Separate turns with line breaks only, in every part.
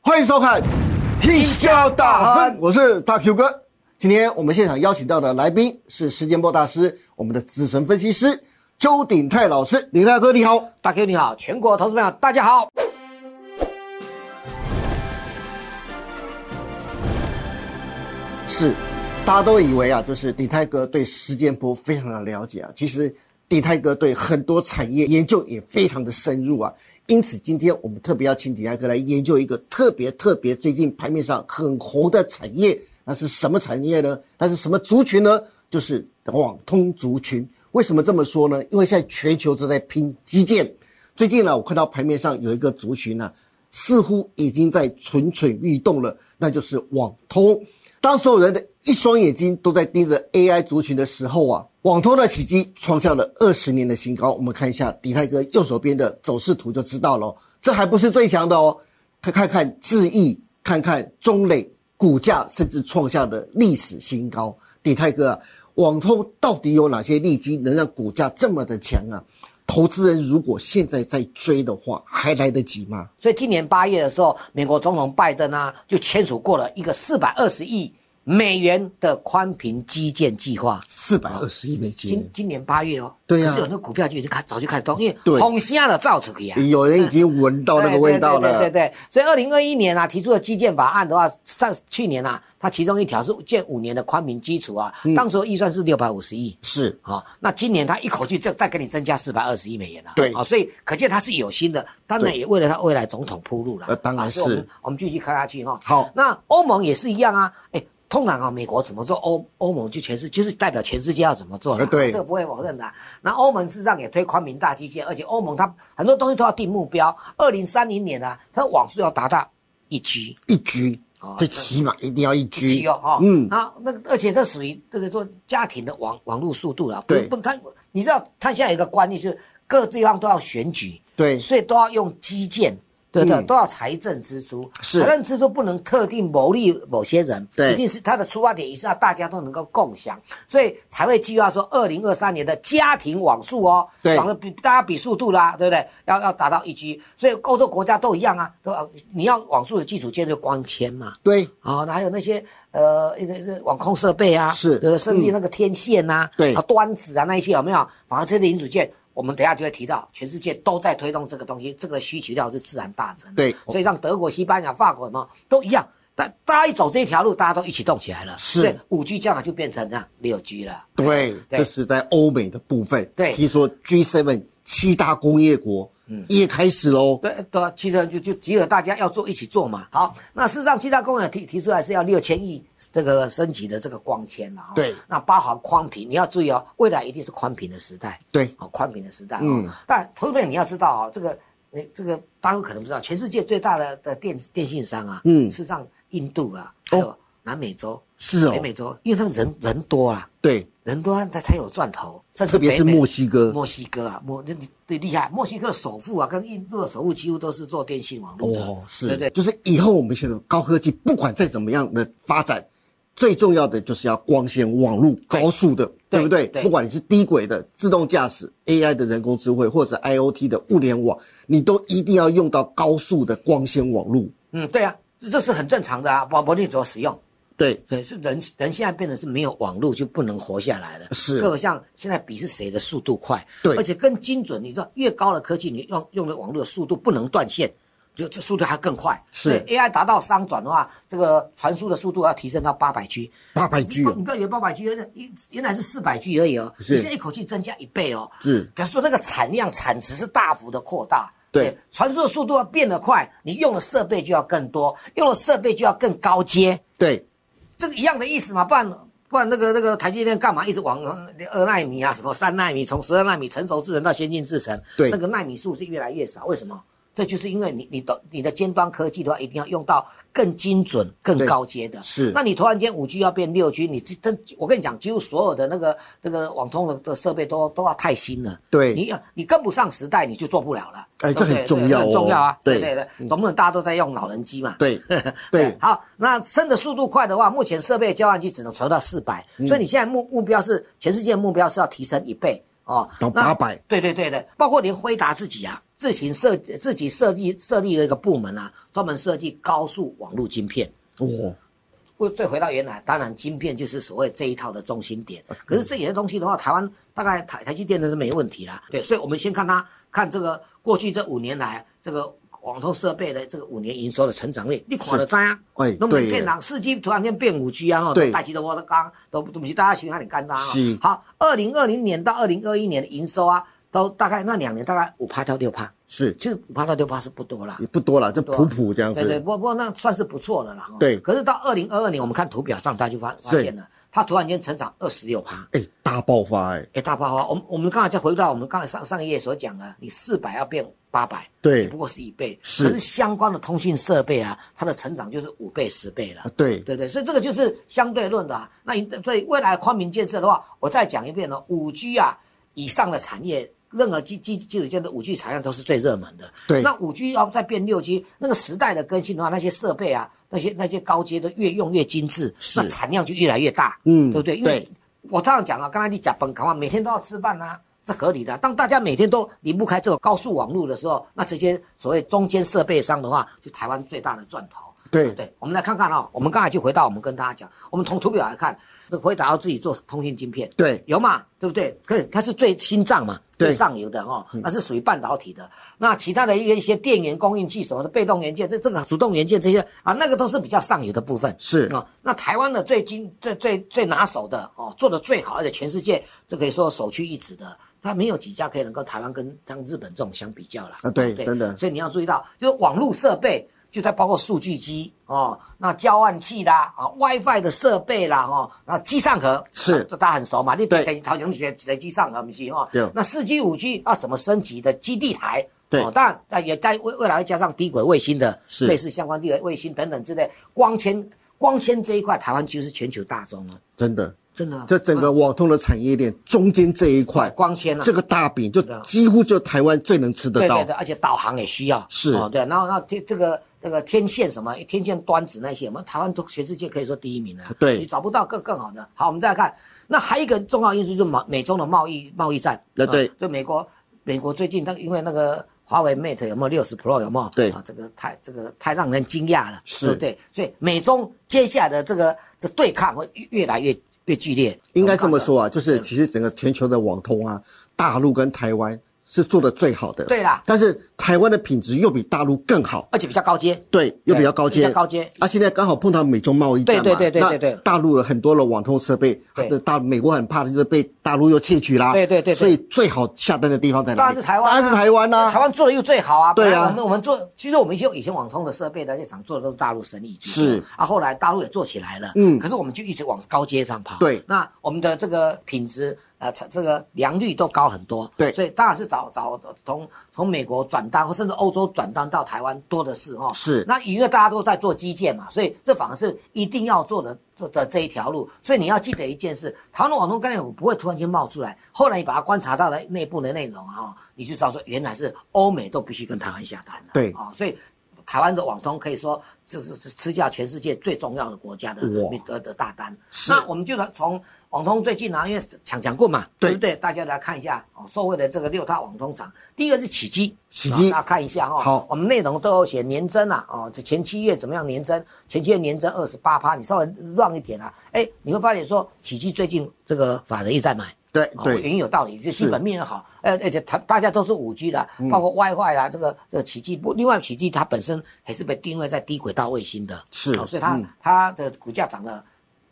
欢迎收看《一家大亨》，我是大 Q 哥。今天我们现场邀请到的来宾是时间波大师，我们的资深分析师周鼎泰老师。鼎泰哥你好，
大 Q 你好，全国投资朋友大家好。
是，大家都以为啊，就是鼎泰哥对时间波非常的了解啊，其实鼎泰哥对很多产业研究也非常的深入啊。因此，今天我们特别要请鼎泰哥来研究一个特别特别最近盘面上很红的产业，那是什么产业呢？那是什么族群呢？就是网通族群。为什么这么说呢？因为现在全球都在拼基建，最近呢，我看到盘面上有一个族群呢、啊，似乎已经在蠢蠢欲动了，那就是网通。当所有人的一双眼睛都在盯着 AI 族群的时候啊，网通的奇迹创下了二十年的新高。我们看一下迪泰哥右手边的走势图就知道了哦、这还不是最强的哦，看看看智易，看看中磊股价甚至创下的历史新高。迪泰哥、啊，网通到底有哪些利基能让股价这么的强啊？投资人如果现在在追的话，还来得及吗？
所以今年八月的时候，美国总统拜登啊就签署过了一个四百二十亿美元的宽频基建计划。
四百二十亿美金
今，今年八月哦，
对呀
可是有那股票就已经开早就开始动，因
对
为红虾的造出去啊。
有人已经闻到那个味道了。
啊对对对对对所以二零二一年啊提出的基建法案的话，上去年啊，它其中一条是建五年的宽频基础啊，
嗯
当时候预算是六百五十亿。
是
好、啊那今年它一口气再再给你增加四百二十亿美元了、啊
对
好、所以可见它是有心的，当然
对
也为了它未来总统铺路了。
呃当然
啊所以我们
是
我们继续看下去哈、
好
那欧盟也是一样啊，哎。通常啊，美国怎么做欧欧盟就全是就是代表全世界要怎么做啦
呃对
这个不会否认的啊。那欧盟事实上也推宽民大基建，而且欧盟它很多东西都要定目标，二零三零年呢、啊，它的网速要达到一 G。
一居
哦，
最起码一定要一居
需要哈，
嗯，
啊，那个而且这属于这个做家庭的网网络速度了，不
对
是不他，你知道他现在有一个观念是各地方都要选举，
对
所以都要用基建。对不对，
嗯
都要财政支出，
是
财政支出不能特定牟利某些人，
对
一定是它的出发点，也是要大家都能够共享，所以才会计划说，二零二三年的家庭网速哦，
对
网络比大家比速度啦，对不对？要要达到一 G，所以欧洲国家都一样啊，都要你要网速的基础建设光纤嘛，
对，
啊、那还有那些呃，那个是网控设备啊，
是嗯
有的甚至那个天线呐、啊
对
啊端子啊那一些有没有？反正这些零组件，我们等一下就会提到，全世界都在推动这个东西，这个需求量是自然大增。
对
所以让德国、西班牙、法国什么都一样，但大家一走这一条路，大家都一起动起来了。
是
五 G 将来就变成这样六 G 了。
对，
对
这是在欧美的部分。
对嗯
听说 G7 七大工业国也开始喽。
对对啊，其实就就集合大家要做一起做嘛。好，那事实上，七大公园提提出来是要六千亿这个升级的这个光纤了、啊。
对
那包含宽频，你要注意哦，未来一定是宽频的时代。
对
哦，宽频的时代、哦。
嗯
嗯，但投资朋友你要知道哦，这个呃这个大家可能不知道，全世界最大的的电电信商啊，
嗯哦
事实上印度啊，还有南美洲、
是哦
北美洲，因为他们人人多啊。
对，
人多他才有赚头，甚至
特别是
北美
墨西哥
墨西哥啊，墨那你最厉害，墨西哥首富啊，跟印度的首富几乎都是做电信网络的，
哦，是，
对不对？
就是以后我们现在高科技不管再怎么样的发展，最重要的就是要光纤网络高速的，对
对
不对？
对
不管你是低轨的自动驾驶、AI 的人工智慧，或者 IOT 的物联网，你都一定要用到高速的光纤网络。
嗯，对啊，这这是很正常的啊，网博你怎么使用？
对，
对，是人人现在变成是没有网络就不能活下来了。
是
各个像现在比是谁的速度快，
对
而且更精准。你知道，越高的科技，你用用的网络的速度不能断线，就这速度还更快。
是
所以 AI 达到商转的话，这个传输的速度要提升到八百 G。
八百 G
不
哦
你，不要以为八百 G，原原来是四百 G 而已哦，你
是
现在一口气增加一倍哦。
是
表示说那个产量、产值是大幅的扩大。
对，
传输的速度要变得快，你用的设备就要更多，用的设备就要更高阶，
对，
这个一样的意思嘛，不然。不然那个那个台积电干嘛一直往呃二纳米啊，什么三纳米，从十二纳米成熟制程到先进制程，
对
那个纳米数是越来越少，为什么？这就是因为你你的你的尖端科技的话，一定要用到更精准、更
对
高阶的。
是
那你突然间五 G 要变六 G，你这真我跟你讲，几乎所有的那个那个网通的的设备都都要太新了。
对
你要你跟不上时代，你就做不了了。
哎
对不
这很
对
重
对
要
很
哦
重要啊。
对
对对，总不能大家都在用老人机嘛。
对 对
好，那升的速度快的话，目
嗯
前设备交换机只能存到四百、所以你现在目目标是全世界目标是要提升一倍。哦，
到
那
800
对对对的，包括连辉达自己啊，自行设自己设计设立了一个部门啊，专门设计高速网络晶片。
哦，
会再回到原来，当然晶片就是所谓这一套的中心点。
啊
可是这些东西的话，台湾大概台台积电的是没问题啦。对，所以我们先看它看这个过去这五年来这个网通设备的这个五年营收的成长率，你垮了在啊？
哎
那么
对耶
变两四 G 突然间变五 G 啊，哦，
对
大吉的我的刚都都不是大家喜欢很尴尬啊。
是
好，二零二零年到二零二一年的营收啊，都大概那两年大概五趴到六趴，
是
其实五趴到六趴是不多啦。
也不多了，就
多啊
普普这样
对对，
子，
不不，那算是不错的了啦。
对
可是到二零二二年，我们看图表上，大家就发发现了，它突然间成长二十六趴，
哎，大爆发哎，
哎，大爆发。我们我们刚才再回到我们刚才上上一页所讲的，你四百要变八百，
对
不过是一倍。
是
可是相关的通信设备啊，它的成长就是五倍、十倍了
啊。对，
对对，所以这个就是相对论的、啊。那你对未来的宽频建设的话，我再讲一遍呢，五 G 啊以上的产业，任何基基基础建的五 G 产业都是最热门的。
对
那五 G 要再变六 G，那个时代的更新的话，那些设备啊，那些那些高阶的越用越精致，
是
那产量就越来越大，
嗯
对不对？因为
对
我这样讲啊，刚才你讲本港啊，每天都要吃饭呐、这合理的啊、当大家每天都离不开这个高速网络的时候，那这些所谓中间设备商的话，就台湾最大的赚头。
对
对，我们来看看啊、我们刚才就回到我们跟大家讲，我们从图表来看，这个回答要自己做通信晶片，
对
有嘛，对不对？可是它是最心脏嘛，
对嗯
最上游的哦，它是属于半导体的。那其他的一些电源供应器什么的，被动元件，这这个主动元件这些啊，那个都是比较上游的部分。
是
啊、那台湾的最精、最最最拿手的哦，做的最好，而且全世界这可以说首屈一指的。它没有几家可以能够台湾跟像日本这种相比较啦。
啊对真的
所以你要注意到，就是网络设备，就在包括数据机哦，那交换器啦，啊，WiFi 的设备啦，哦，那机上盒
是
啊这大家很熟嘛，你
对
等于陶讲几台机上盒不是哦
对，
那四 G、五 G 要怎么升级的基地台？
对
哦，当然，那也在未未来会加上低轨卫星的
是
类似相关地轨卫星等等之类，光纤光纤这一块，台湾几乎是全球大宗哦，
真的，
真的啊。
这整个网通的产业链中间这一块，
光纤啊
这个大饼就
啊
几乎就台湾最能吃得
对
到
对对，，而且导航也需要。
是
哦，对，然后那这这个这个天线什么天线端子那些，我们台湾都全世界可以说第一名了、
对
你找不到更更好的。好，我们再来看，那还有一个重要因素就是美美中的贸易贸易战。
那
啊
呃对
就美国美国最近它因为那个华为 Mate 有没有六十 Pro 有没有？
对
啊，这个太这个太让人惊讶了，
是
对不对？所以美中接下来的这个这对抗会越越来越越剧烈。
应该这么
我们看到。
说啊，就是其实整个全球的网通啊，大陆跟台湾是做的最好的，
对啦
但是台湾的品质又比大陆更好。
而且比较高阶，
对，又比较高
比
阶，
较高阶
啊，现在刚好碰到美中贸易战嘛，
对对对对对对
那大陆有很多的网通设备，啊
对
那大美国很怕的就是被大陆又窃取啦，
对对对对
所以最好下单的地方在
当
哪
然
里？
是台湾、啊
当然是台湾呐、
台湾做的又最好啊。
对啊
本来我们我们做，其实我们一些以前网通的设备的那些厂做的都是大陆生意居多，
是
啊，后来大陆也做起来了，
嗯
可是我们就一直往高阶上跑，
对
那我们的这个品质。呃，产这个良率都高很多，
对
所以当然是找找从从美国转单，或甚至欧洲转单到台湾多的是哦。
是
那因为大家都在做基建嘛，所以这反而是一定要做的做的这一条路。所以你要记得一件事，台湾的网络概念股不会突然间冒出来，后来你把它观察到了内部的内容啊、你就知道说原来是欧美都必须跟台湾下单的。
对
啊、所以。台湾的网通可以说这是是吃下全世界最重要的国家的
哇
的的大单。
是
那我们就从网通最近啊，因为抢抢棍嘛，
对
不对？大家来看一下哦，受惠的这个六大网通厂，第一个是启基，
启基
啊大家看一下哈、哦。
好
我们内容都有写年增啊，哦，这前七月怎么样年增？前七月年增二十八趴，你稍微让一点啊，哎，你会发现说启基最近这个法人一直在买。
对
哦
对
我原因有道理，这基本面好，而而且它大家都是五 G 的，
嗯
包括 WiFi 啦，这个这个奇迹不，另外奇迹它本身还是被定位在低轨道卫星的，
是嗯
哦所以它、它的股价涨了。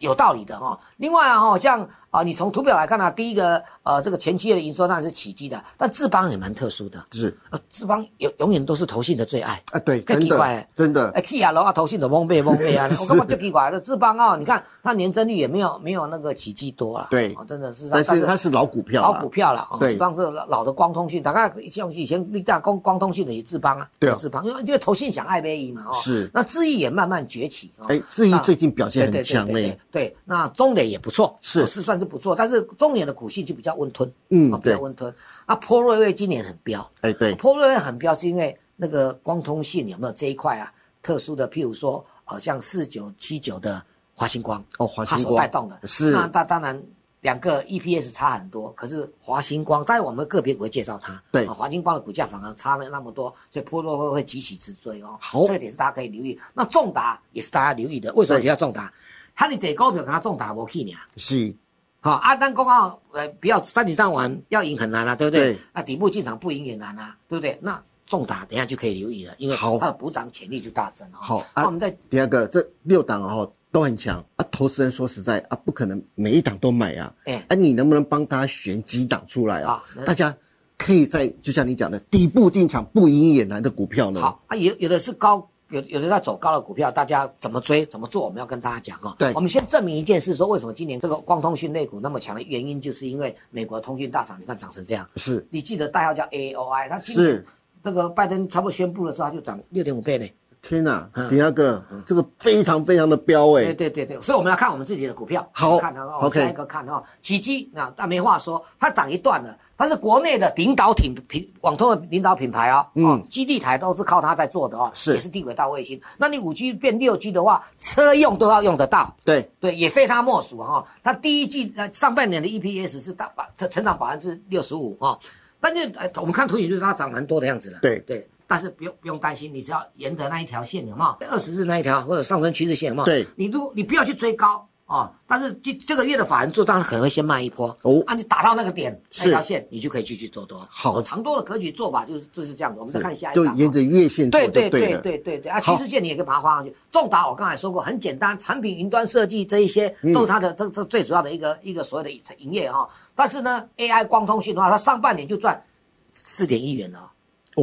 有道理的哦。另外啊，哦，像啊、你从图表来看呢、啊，第一个呃，这个前期的营收当然是奇迹的，但智邦也蛮特殊的。
是
呃，智邦永永远都是投信的最爱。
啊，对，
更
真
奇怪
的，真的
哎，去啊，楼啊，投信都蒙背蒙背啊，我干嘛就奇怪了？智邦啊，你看它年增率也没有没有那个奇迹多啊。
对
哦真的是。
但是它是老股票啊啦，
老股票了，哦
对
智邦是老老的光通讯，大概像以前那大光光通讯的也智邦啊，
对啊
智邦，因为因为投信想爱杯移嘛，哦，
是
那智毅也慢慢崛起，哦
哎，智毅
那
最近表现很强
对对对对
嘞，
对对，那中磊也不错，
是
哦是算是不错，但是中磊的股性就比较温吞，
嗯
哦比
对
较温吞。那波瑞瑞今年很彪，啊
哎，对，
波瑞瑞很彪是因为那个光通信有没有这一块啊特殊的，譬如说，好像四九七九的华星光
哦华星
它所
光
带动的，
是
那那当然。两个 EPS 差很多，可是华星光，待会我们个别股会介绍它。
对
啊华星光的股价反而差了那么多，所以波若会会急起直追哦。
好
这个点是大家可以留意。那重达也是大家留意的，为什么提到重达？它你这股票跟它重达无去呢？
是
好，阿丹公告，呃，不要三体上玩要赢很难啊，对不对？
对
那底部进场不赢也难啊，对不对？那重打等一下就可以留意了，因为
好
它的补涨潜力就大增哦。
好
那
啊
我们再
第二个，这六档哦都很强啊。投资人说实在啊，不可能每一档都买啊。
哎
啊，你能不能帮他选几档出来啊
好那？
大家可以在就像你讲的底部进场不赢也难的股票呢。
好啊，有有的是高，有有的在走高的股票，大家怎么追怎么做，我们要跟大家讲哦。
对
我们先证明一件事，说为什么今年这个光通讯类股那么强的原因，就是因为美国通讯大厂你看涨成这样，
是
你记得代号叫 AOI，它今年
是，
那个拜登差不多宣布的时候，它就涨六点五倍呢。
天哪！
嗯
第二个，这个非常非常的标哎、
对对对对，所以我们要看我们自己的股票，
好
看它哦
OK
下一个看哦，奇迹啊，那没话说，它涨一段了，但是国内的领导品品网通的领导品牌哦，
嗯
哦，基地台都是靠它在做的哦，
是
也是地轨道卫星，那你五 G 变六 G 的话，车用都要用得到。
对，
对，也非它莫属哈、哦。它第一季呃上半年的 EPS 是大把成成长百分之六十五哈，但是呃我们看图形就是它涨蛮多的样子了。
对
对，但是不用不用担心，你只要沿着那一条线有没有二十日那一条或者上升趋势线有没有？
对
你如你不要去追高啊、哦，但是这这个月的法人做账可能会先卖一波
哦
啊，你打到那个点那
是
条线，你就可以继续做多。
好
哦长多的格局做法就是就是这样子。我们再看下一
就
档哦
沿着月线做
对
就对
对对
了。
对对对啊！趋
好
势线你也可以把它画上去。重达我刚才说过，很简单，产品云端设计这一些
嗯
都是它的这这最主要的一个一个所谓的营业哈、但是呢，AI 光通讯的话，它上半年就赚四点一元了哦，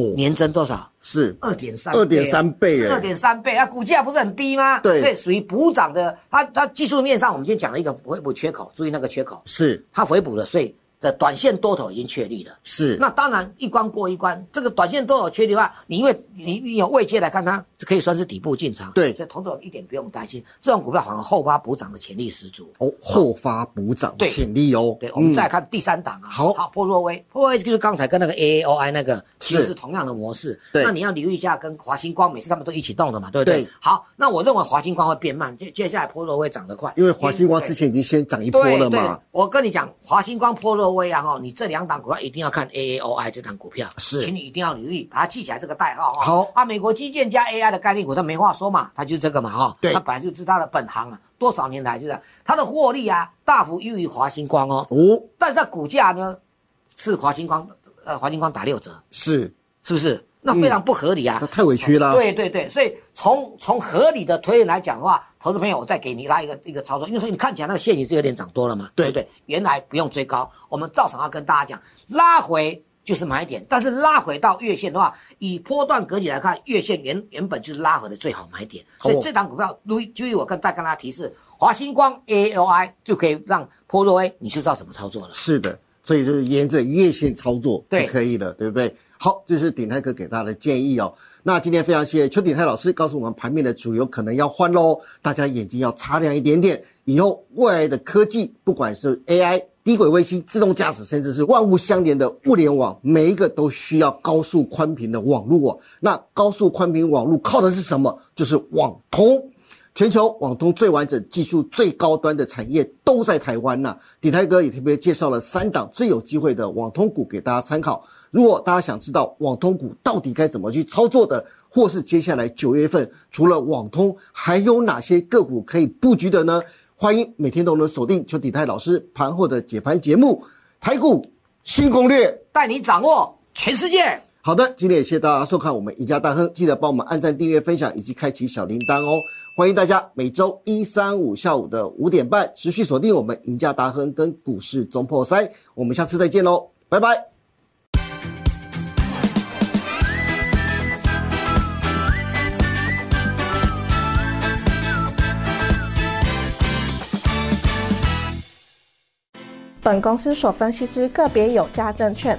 哦，
年增多少？
是
二点三，
2.3倍
是二点三倍，它股价不是很低吗？
对
所以属于补涨的。它它技术面上，我们今天讲了一个回补缺口，注意那个缺口，
是
它回补了，所以的短线多头已经确立了。
是，
那当然一关过一关，这个短线多有缺的话，你因为你你有位阶来看它，这可以算是底部进场。
对
所以同总一点不用担心，这种股票反而后发补涨的潜力十足。
哦后发补涨
对
潜力哦。
对，我们
嗯
再来看第三档啊，
好
好，波若威，波若威就是刚才跟那个 A A O I 那个，其实
是
是同样的模式。
对
那你要留意一下，跟华星光每次他们都一起动的嘛，对不对？
对
好，那我认为华星光会变慢，接接下来波若威涨得快，
因为华星光
对
之前已经先涨一波了嘛，
我跟你讲，华星光、波若威啊，哈，你这两档股票一定要看 A A O I 这档股票，
是
请你一定要留意，把它记起来这个代号哈。
好
啊，美国基建加 A I 的概念股，它没话说嘛，它就是这个嘛哈，
对
它本来就是它的本行啊，多少年来就是它的获利啊，大幅优于华星光哦，
哦，
但是它股价呢是华星光，呃，华星光打六折，
是，
是不是？那非常不合理啊！
嗯那太委屈了。
对对对，所以从从合理的推论来讲的话，投资朋友，我再给你拉一个一个操作，因为说你看起来那个线也是有点涨多了嘛，
对
不对？原来不用追高，我们照常要跟大家讲，拉回就是买点，但是拉回到月线的话，以波段格局来看，月线原原本就是拉回的最好买点，所以
哦
这档股票，注意注意，我跟再跟大家提示，华星光 A L I 就可以让波若 A，你就知道怎么操作了。
是的，所以就是沿着月线操作就
对
可以了，对不对？好，这是鼎泰哥给大家的建议哦。那今天非常谢谢邱鼎泰老师告诉我们盘面的主流可能要换喽，大家眼睛要擦亮一点点。以后未来的科技，不管是 AI、低轨卫星、自动驾驶，甚至是万物相连的物联网，每一个都需要高速宽频的网络哦。那高速宽频网络靠的是什么？就是网通。全球网通最完整、技术最高端的产业都在台湾呐、鼎泰哥也特别介绍了三档最有机会的网通股给大家参考。如果大家想知道网通股到底该怎么去操作的，或是接下来九月份除了网通还有哪些个股可以布局的呢？欢迎每天都能锁定邱鼎泰老师盘后的解盘节目《台股新攻略》。
带你掌握全世界。
好的，今天也谢谢大家收看我们赢家大亨，记得帮我们按赞、订阅、分享以及开启小铃铛哦。欢迎大家每周一、三、五下午的五点半持续锁定我们赢家大亨跟股市中破塞，我们下次再见喽，拜拜。
本公司所分析之个别有价证券，